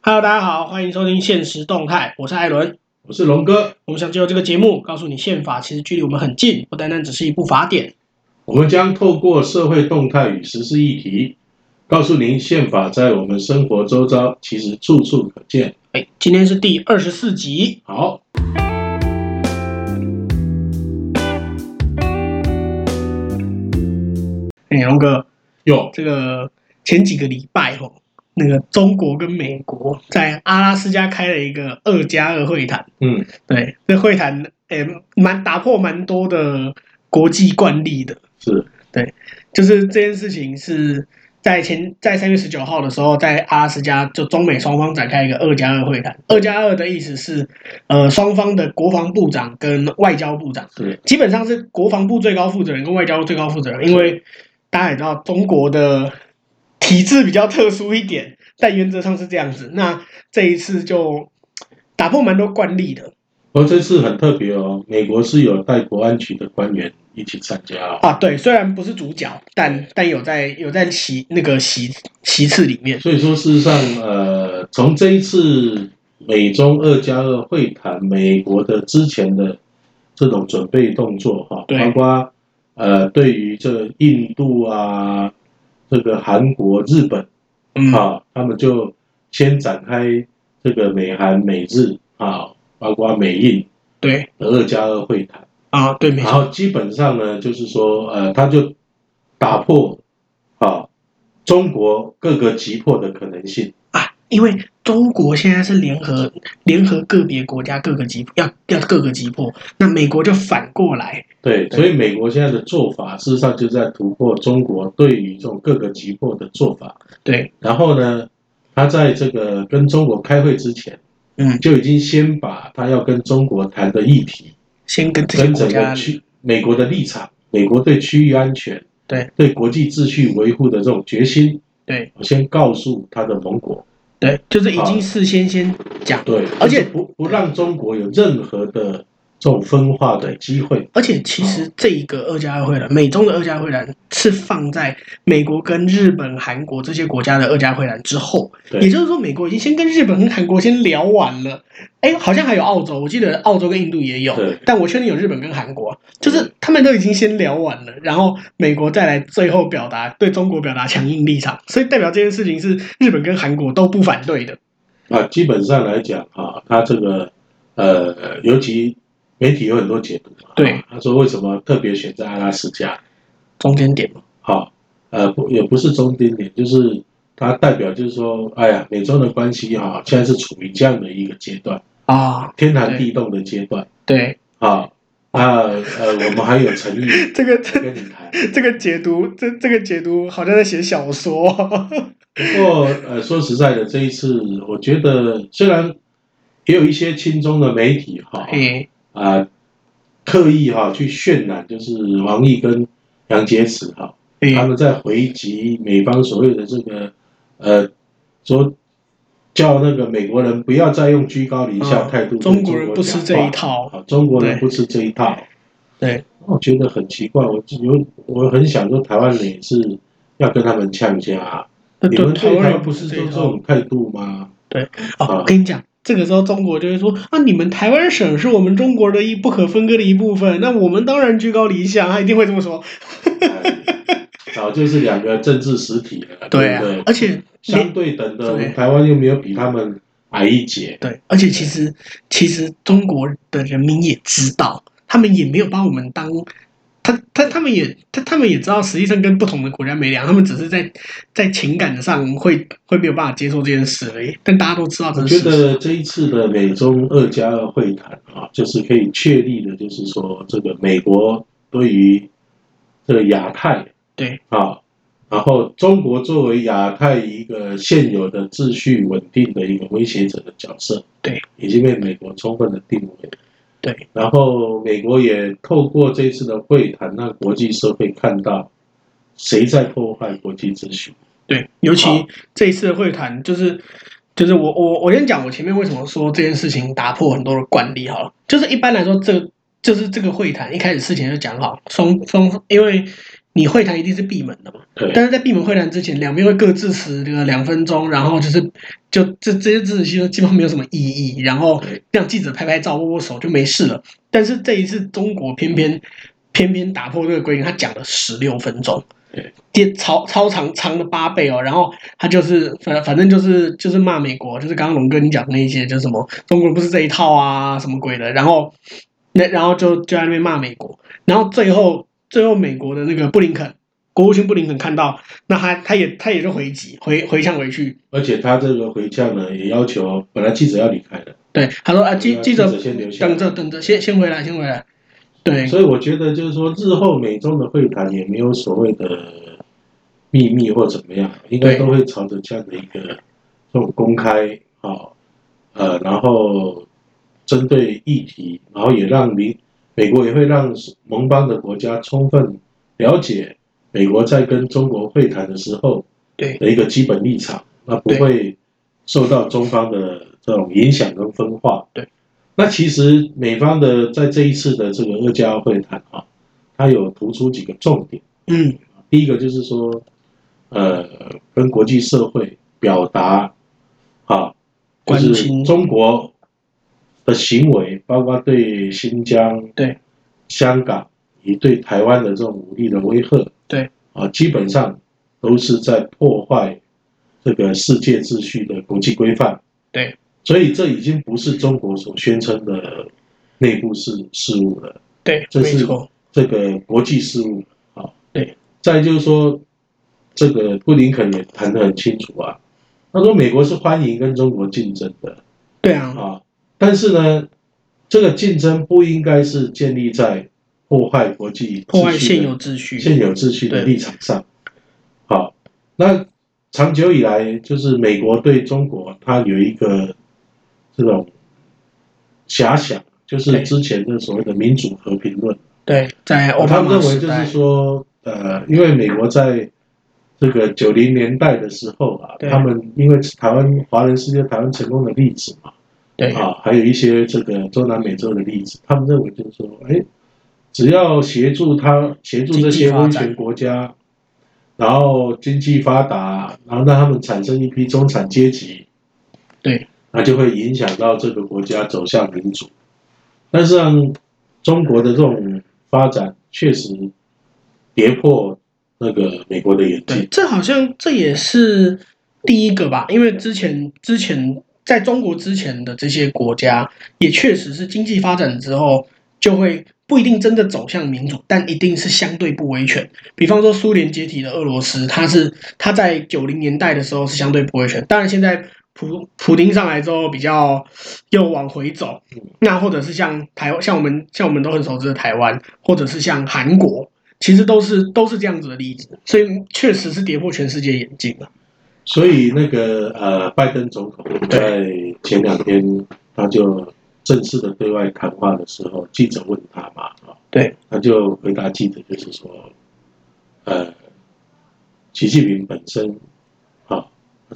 Hello，大家好，欢迎收听《现实动态》，我是艾伦。我是龙哥，我们想借由这个节目，告诉你宪法其实距离我们很近，不单单只是一部法典。我们将透过社会动态与时事议题，告诉您宪法在我们生活周遭其实处处可见。哎，今天是第二十四集。好，哎，龙哥，有这个前几个礼拜哦，那个中国跟美国在阿拉斯加开了一个二加二会谈。嗯，对，这会谈哎蛮打破蛮多的国际惯例的，是就是这件事情是在前在三月十九号的时候，在阿拉斯加就中美双方展开一个二加二会谈。二加二的意思是，呃，双方的国防部长跟外交部长，是，基本上是国防部最高负责人跟外交部最高负责人，因为大家也知道中国的体制比较特殊一点，但原则上是这样子。那这一次就打破蛮多惯例的哦，这次很特别哦，美国是有带国安局的官员一起参加哦，啊，对，虽然不是主角，但但有在有在席那个席席次里面。所以说事实上，呃，从这一次美中二加二会谈，美国的之前的这种准备动作哈，对包括呃对于这个印度啊，这个韩国、日本。嗯，啊，他们就先展开这个美韩、美日啊，包括美印对。的二加二会谈，啊，对，没然错，后基本上呢，就是说，呃，他就打破啊中国各个击破的可能性，啊，因为中国现在是联合联合个别国家各个击要要各个击破，那美国就反过来，对，对所以美国现在的做法，事实上就在突破中国对于这种各个击破的做法，对，然后呢，他在这个跟中国开会之前，嗯，就已经先把他要跟中国谈的议题。先跟这些跟国整家个，区美国的立场，美国对区域安全、对对国际秩序维护的这种决心，对我先告诉他的盟国，对，就是已经好事先先讲，对，而且就是不不让中国有任何的这种分化的机会，而且其哦实这一个二加二会谈，美中的二加二会谈是放在美国跟日本、韩国这些国家的二加二会谈之后，对也就是说，美国已经先跟日本跟韩国先聊完了，哎，好像还有澳洲，我记得澳洲跟印度也有对，但我确定有日本跟韩国，就是他们都已经先聊完了，然后美国再来最后表达对中国表达强硬立场，所以代表这件事情是日本跟韩国都不反对的。啊，基本上来讲啊，他这个呃，尤其媒体有很多解读嘛，对啊他说为什么特别选在阿拉斯加，中间点嘛，好，呃，不也不是中间点，就是它代表就是说，哎呀，美中的关系哈、现在是处于这样的一个阶段，啊，天寒地冻的阶段对，啊。那呃，我们还有诚意这个跟这你谈。这个解读，这这个解读好像在写小说。不过呃，说实在的，这一次我觉得虽然也有一些亲中的媒体哈嘿，啊、刻意哈、去渲染，就是王毅跟杨洁篪哈、嘿他们在回击美方所谓的这个，呃，说叫那个美国人不要再用居高临下嗯态度、中国人不吃这一套啊，中国人对不吃这一套。对，我觉得很奇怪，我就有我很想说，台湾人也是要跟他们呛一下、啊，那你对们台对湾台人不是都这一这啊套种态度吗？哦，我跟你讲，这个时候中国就会说啊，你们台湾省是我们中国的一不可分割的一部分，那我们当然居高临下，他一定会这么说。哎早就是两个政治实体了，对啊不对，而且相对等的，我对们台湾又没有比他们矮一截，对，而且其实其实中国的人民也知道，他们也没有把我们当。他他他们也他他们也知道，实际上跟不同的国家没两样，他们只是在在情感上会会没有办法接受这件事而已。但大家都知道这我是觉事实。得这一次的美中二加二会谈啊，就是可以确立的，就是说这个美国对于这个亚太对啊，然后中国作为亚太一个现有的秩序稳定的一个威胁者的角色，对，已经被美国充分的定位。对然后美国也透过这次的会谈，让国际社会看到谁在破坏国际秩序。对，尤其好这一次的会谈，就是就是我我我先讲我前面为什么说这件事情打破很多的惯例好了，就是一般来说这就是这个会谈一开始事前就讲好，双双因为你会谈一定是闭门的嘛。对但是在闭门会谈之前，两边会各自持这个两分钟，然后就是就这这些自习都基本上没有什么意义，然后对让记者拍拍照、握握手就没事了。但是这一次中国偏偏偏偏打破这个规定，他讲了十六分钟对，也超超长长的八倍哦。然后他就是反反正就是就是骂美国，就是刚刚龙哥你讲的那一些，就是什么中国人不是这一套啊，什么鬼的。然后那然后就就在那边骂美国，然后最后最后美国的那个布林肯。国务卿布林肯看到，那他他也他也就回击回回呛回去，而且他这个回呛呢，也要求本来记者要离开的，对他说啊记记者记者先留下等着等着先先回来先回来，对所以我觉得就是说，日后美中的会谈也没有所谓的秘密或怎么样，应该都会朝着这样的一个这种公开啊、哦呃，然后针对议题，然后也让你美国也会让盟邦的国家充分了解美国在跟中国会谈的时候对的一个基本立场，那不会受到中方的这种影响跟分化。对，那其实美方的在这一次的这个二加二会谈啊，它有突出几个重点。啊嗯第一个就是说，呃，跟国际社会表达啊，就关是心中国的行为，包括对新疆、对香港以及对台湾的这种武力的威吓，对啊，基本上都是在破坏这个世界秩序的国际规范。对所以这已经不是中国所宣称的内部事事务了，对这没是错这个国际事务啊。对，再就是说，这个布林肯也谈得很清楚啊，他说美国是欢迎跟中国竞争的对啊啊，但是呢，这个竞争不应该是建立在破坏国际破坏秩序的现有秩序现有秩序的对立场上。好，那长久以来，就是美国对中国，它有一个这种遐想，就是对之前的所谓的民主和平论。对在奥哦他巴马们认时为就是代说，呃，因为美国在这个九零年代的时候啊，对他们因为台湾华人世界台湾成功的例子嘛，对啊，还有一些这个中南美洲的例子，他们认为就是说，哎，只要协助他协助这些威权国家，然后经济发达，然后让他们产生一批中产阶级，对那就会影响到这个国家走向民主。但是让中国的这种发展确实跌破那个美国的眼对镜，这好像这也是第一个吧，因为之前之前在中国之前的这些国家，也确实是经济发展之后就会不一定真的走向民主，但一定是相对不威权。比方说苏联解体的俄罗斯，它是它在九零年代的时候是相对不威权，当然现在普普丁上来之后比较又往回走，那或者是像台湾，像我们像我们都很熟知的台湾，或者是像韩国，其实都是都是这样子的例子，所以确实是跌破全世界眼镜了。所以那个呃，拜登总统在前两天他就正式的对外谈话的时候，记者问他嘛，啊，对，他就回答记者就是说，呃，习近平本身啊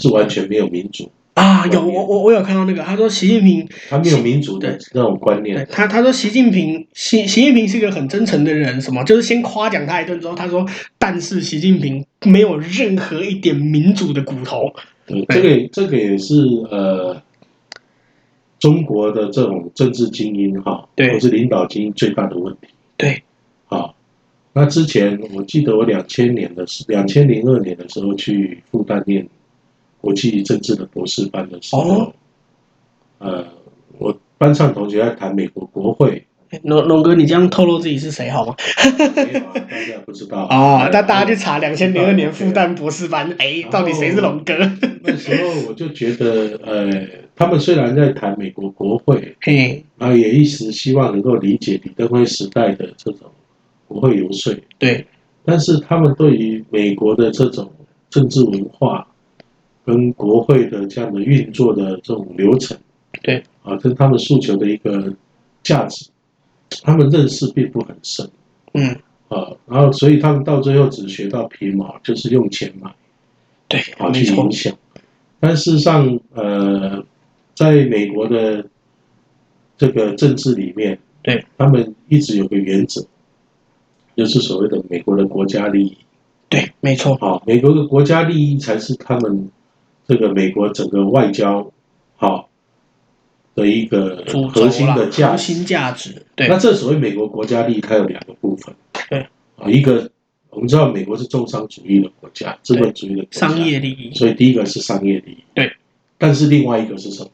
是完全没有民主，啊，有我我我有看到那个，他说习近平，他没有民主的那种观对念，他他说习近平习习近平是一个很真诚的人，什么就是先夸奖他一顿之后，他说，但是习近平没有任何一点民主的骨头，对，呃这个这个也是呃，中国的这种政治精英哈，对或是领导精英最大的问题对啊。那之前我记得我两千年的时，两千零二年的时候去复旦念国际政治的博士班的时候，哦呃，我班上同学在谈美国国会，龙龙哥，你这样透露自己是谁好吗？没有啊，大家不知道哦，那大家去查。查两千零二年复旦博士班，哎，到底谁是龙哥？ 那时候我就觉得，呃，他们虽然在谈美国国会，嘿，然后也一时希望能够理解李登辉时代的这种国会游说，对但是他们对于美国的这种政治文化跟国会的这样的运作的这种流程，对啊，跟他们诉求的一个价值，他们认识并不很深嗯。啊，然后所以他们到最后只学到皮毛，就是用钱买。对，啊去没错影，响。但事实上，呃，在美国的这个政治里面，对他们一直有个原则，就是所谓的美国的国家利益。对，没错，好、啊美国的国家利益才是他们这个美国整个外交好、的一个主轴核心啦，的价核值。心价值，对那，这所谓美国国家利益，它有两个部分。对啊，一个我们知道美国是重商主义的国家，资本主义的国家，商业利益，所以第一个是商业利益。对，但是另外一个是什么？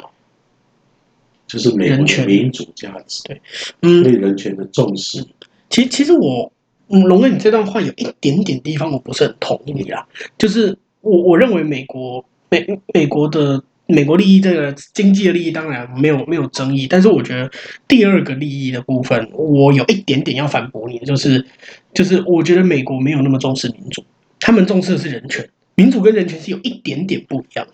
就是美国人的权民主价值，嗯对，人权的重视。其实其实我，嗯，龙哥，你这段话有一点点地方我不是很同意啦，就是我我认为美国美美国的美国利益这个经济的利益当然没有没有争议，但是我觉得第二个利益的部分，我有一点点要反驳你，就是就是我觉得美国没有那么重视民主，他们重视的是人权，民主跟人权是有一点点不一样的。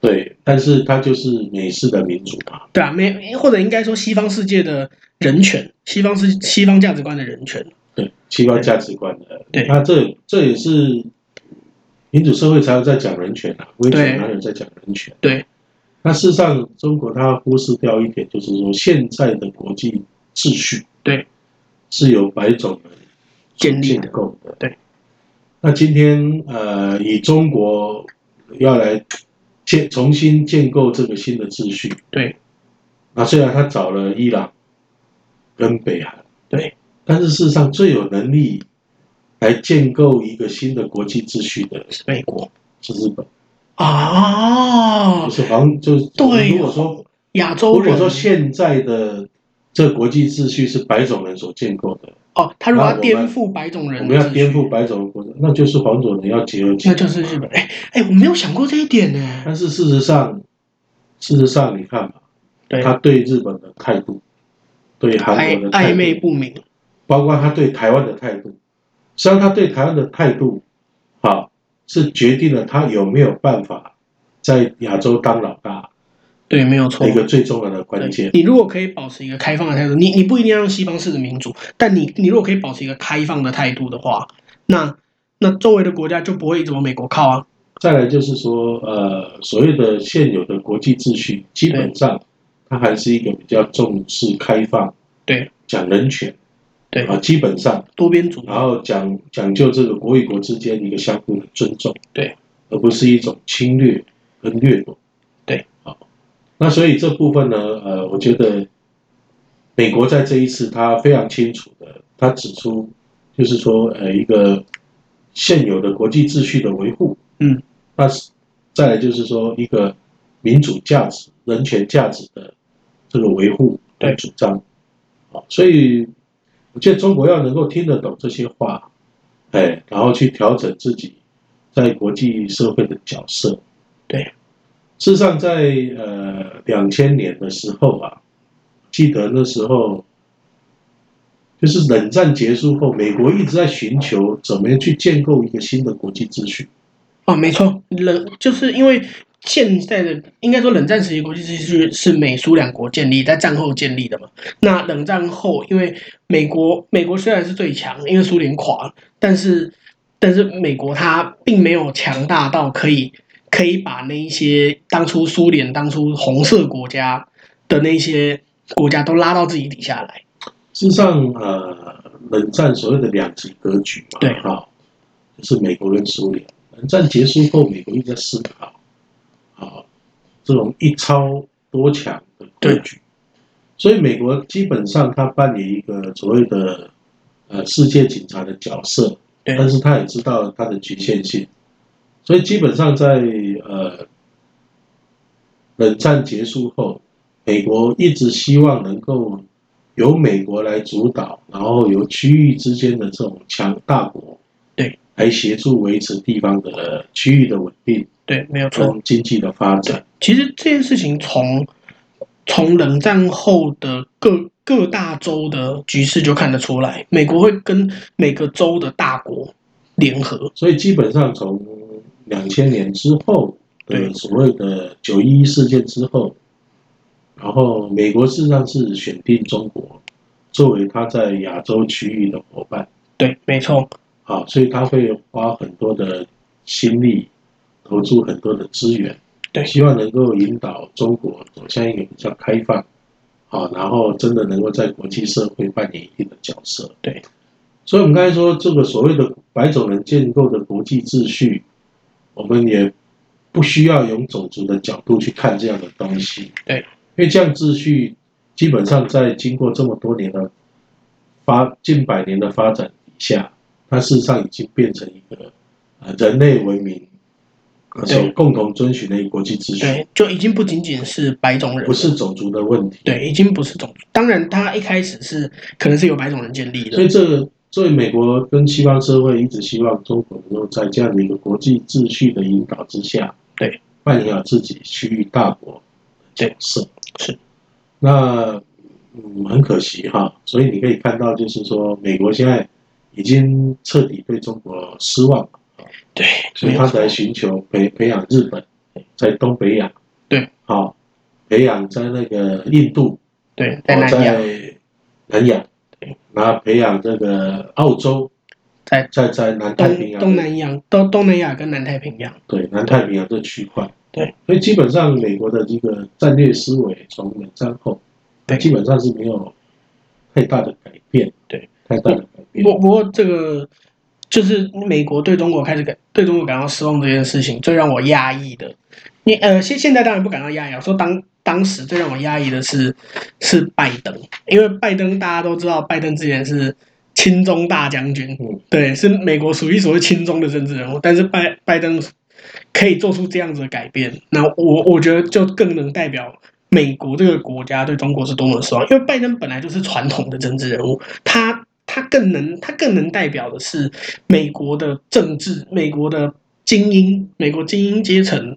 对，但是它就是美式的民主嘛。对啊，没或者应该说西方世界的人权，西方是西方价值观的人权，对，西方价值观的。对那这这也是民主社会才有在讲人权啊，威权哪有在讲人权？对。那事实上，中国它忽视掉一点，就是说现在的国际秩序，对，是由白种人建立的建构的，对。那今天呃，以中国要来建重新建构这个新的秩序，对那啊虽然他找了伊朗跟北韩，对，但是事实上最有能力来建构一个新的国际秩序的是美国是日本，啊就，是黄就是对如果说亚洲如人果说现在的这国际秩序是白种人所建构的，哦，他如果那要我们颠覆白种人，我们要颠覆，白种人国家，那就是黄种人要结合起那来，就是日本。哎哎，我没有想过这一点呢。但是事实上，事实上你看吧，对，他对日本的态度，对韩暧国的态暧度昧，不明，包括他对台湾的态度。虽然他对台湾的态度，啊，是决定了他有没有办法在亚洲当老大对，没有错一。个最重要的关对键。你如果可以保持一个开放的态度，你你不一定要用西方式的民主，但你你如果可以保持一个开放的态度的话，那那周围的国家就不会一直往美国靠啊。再来就是说，呃，所谓的现有的国际秩序，基本上它还是一个比较重视开放，对，讲人权，对啊，基本上，多边主义然，后讲讲究这个国与国之间一个相互的尊重，对，而不是一种侵略跟掠夺，对，好，那所以这部分呢，呃，我觉得美国在这一次他非常清楚的，他指出就是说，呃，一个现有的国际秩序的维护，嗯，那是再来就是说一个民主价值、人权价值的这个维护对跟主张，好，所以我觉得中国要能够听得懂这些话，哎，然后去调整自己在国际社会的角色。对，事实上在，呃两千年的时候啊，记得那时候就是冷战结束后，美国一直在寻求怎么样去建构一个新的国际秩序。哦，没错，冷就是因为现在的应该说冷战时期国际秩序是美苏两国建立，在战后建立的嘛。那冷战后，因为美国美国虽然是最强，因为苏联垮了，但是但是美国它并没有强大到可以可以把那一些当初苏联当初红色国家的那些国家都拉到自己底下来。事实上，呃，冷战所谓的两极格局嘛，对哈、就是美国跟苏联。冷战结束后，美国一直在思考，啊，这种一超多强的格局，所以美国基本上它扮演一个所谓的呃世界警察的角色，对但是他也知道它的局限性，所以基本上在呃冷战结束后，美国一直希望能够由美国来主导，然后由区域之间的这种强大国，对，来协助维持地方的区域的稳定对，没有错。跟经济的发展。其实这件事情从从冷战后的各各大洲的局势就看得出来，美国会跟每个州的大国联合，所以基本上从两千年之后对的所谓的九一一事件之后，然后美国事实上是选定中国作为它在亚洲区域的伙伴，对，没错，好，啊所以他会花很多的心力，投注很多的资源，对希望能够引导中国走向一个比较开啊放，好，然后真的能够在国际社会扮演一定的角色，对。所以，我们刚才说这个所谓的白种人建构的国际秩序，我们也不需要用种族的角度去看这样的东西。对，因为这样秩序基本上在经过这么多年的发近百年的发展底下，它事实上已经变成一个呃人类文明呃所对共同遵循的一个国际秩序，对，就已经不仅仅是白种人，不是，种族的问题。对，已经不是种族。当然，他一开始是可能是由白种人建立所以的，这个，所以美国跟西方社会一直希望中国能够在这样的一个国际秩序的引导之下，对，扮演好自己区域大国的角色。是，那嗯，很可惜哈。所以你可以看到，就是说，美国现在已经彻底对中国失望了，对，所没以有他错才，寻求培培养日本，在东北亚，对，好、培养在那个印度，对，在我南亚，在南亚对，然后培养这个澳洲，在在在南太平东洋东南亚、东东南亚跟南太平洋，对南太平洋这区块，对，所以基本上美国的一个战略思维从冷战后，对基本上是没有太大的改变，对，太大的改变，不不过这个就是美国对中国开始感对中国感到失望这件事情，最让我压抑的。你呃，现现在当然不感到压抑，我啊说当当时最让我压抑的是是拜登，因为拜登大家都知道，拜登之前是亲中大将军，嗯对，是美国数一数二亲中的政治人物，但是拜拜登可以做出这样子的改变，那我我觉得就更能代表美国这个国家对中国是多么的失望，因为拜登本来就是传统的政治人物，他他更能他更能代表的是美国的政治、美国的精英、美国精英阶层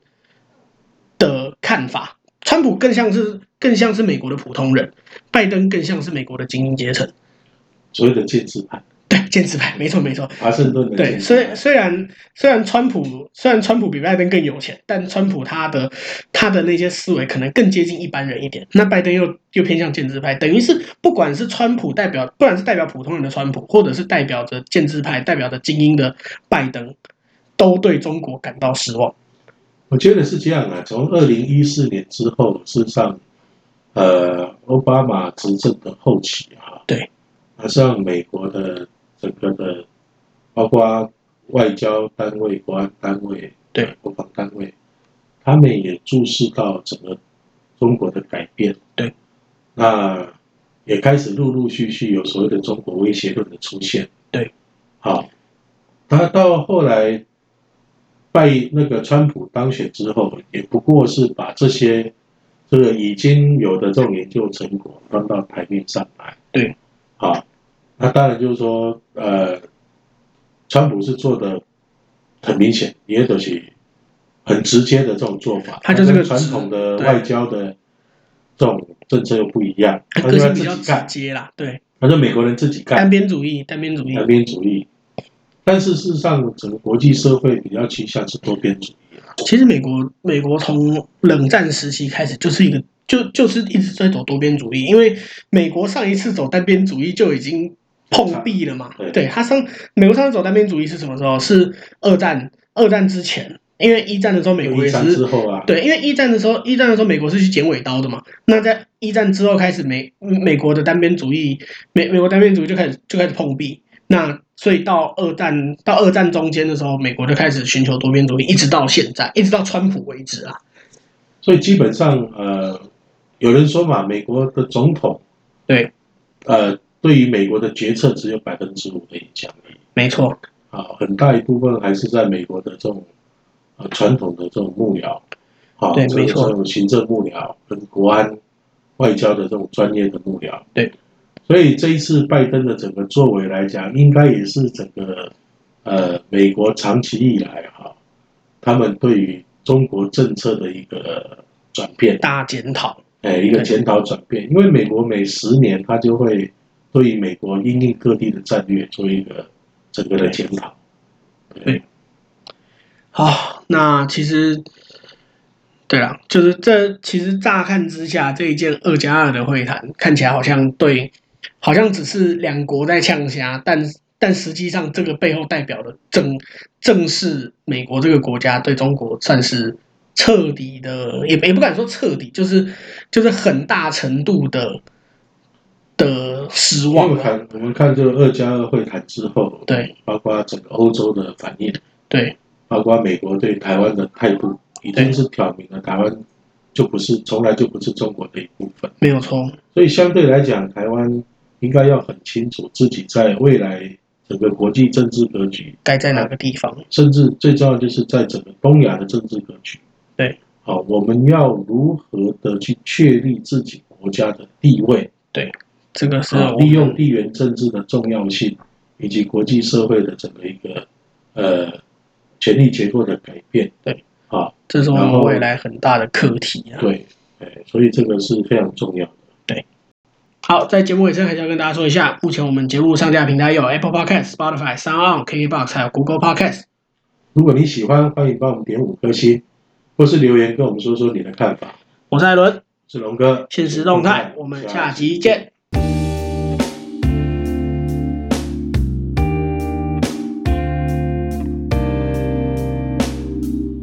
的看法。川普更像是更像是美国的普通人，拜登更像是美国的精英阶层。所谓的建制派，对，建制派，没错没错。华盛顿的对，建虽制派，虽然虽然川普虽然川普比拜登更有钱，但川普他的他的那些思维可能更接近一般人一点。那拜登又又偏向建制派，等于是不管是川普代表，不管是代表普通人的川普，或者是代表着建制派、代表着精英的拜登，都对中国感到失望。我觉得是这样啊。从二零一四年之后，事实上，呃，奥巴马执政的后期啊，对，它是让美国的整个的，包括外交单位、国安单位、对国防单位，他们也注视到整个中国的改变。对，那也开始陆陆续续有所谓的中国威胁论的出现。对，好，那到后来，拜那个川普当选之后，也不过是把这些这个已经有的这种研究成果搬到台面上来。对，好。那当然就是说，呃，川普是做的很明显，也都是很直接的这种做法。他就是个跟传直统的对外交的这种政策又不一样，他他个就要性自哎比较己直干，接啦，对，他说美国人自己单干，边主义，单边主义两，边主义。但是事实上，整个国际社会比较倾向是多边主义。其实美国美国从冷战时期开始就是一个就就是一直在走多边主义，因为美国上一次走单边主义就已经碰壁了嘛。对对，他上美国上次走单边主义是什么时候？是二战二战之前，因为一战的时候美国一也战是之后啊，对，因为一战的时候，一战的时候美国是去剪尾刀的嘛。那在一战之后开始美，嗯美国的单边主义，美美国单边主义就开始就开始碰壁。那所以到二战到二战中间的时候，美国就开始寻求多边主义，一直到现在，一直到川普为止啊。所以基本上，呃，有人说嘛，美国的总统，对，呃，对于美国的决策只有百分之五的影响力。没错，啊，很大一部分还是在美国的这种呃传统的这种幕僚，啊，对这没种错这种行政幕僚跟国安、外交的这种专业的幕僚，对，所以这一次拜登的整个作为来讲，应该也是整个呃美国长期以来哈、他们对于中国政策的一个转变，大检讨，哎，一个对检讨转变，因为美国每十年它就会对于美国因应各地的战略做一个整个的检讨。好，那其实，对了，就是这其实乍看之下，这一件二加二的会谈看起来好像对，好像只是两国在呛虾，但但实际上这个背后代表的正正是美国这个国家对中国算是彻底的，也也不敢说彻底，就是就是很大程度的的失因为望我啊。看我们看这个二加二会谈之后，对，包括整个欧洲的反应，对包括美国对台湾的态度，已经是挑明了台湾就不是从来就不是中国的一部分。没有错，所以相对来讲，台湾应该要很清楚自己在未来整个国际政治格局，该在哪个地方？甚至最重要就是在整个东亚的政治格局。对，好、我们要如何的去确立自己国家的地位，这个是啊我，们利用地缘政治的重要性，以及国际社会的整个一个呃权力结构的改变。对，啊，这是我然们后未来很大的课题啊。对，哎，所以这个是非常重要的。好，在节目尾声还是要跟大家说一下，目前我们节目上架平台有 Apple Podcast、Spotify、s o u n KKBox 还有 Google Podcast。如果你喜欢，欢迎帮我们点五颗星，或是留言跟我们说说你的看法。我是艾伦，是龙哥，现实动态，我们下期见。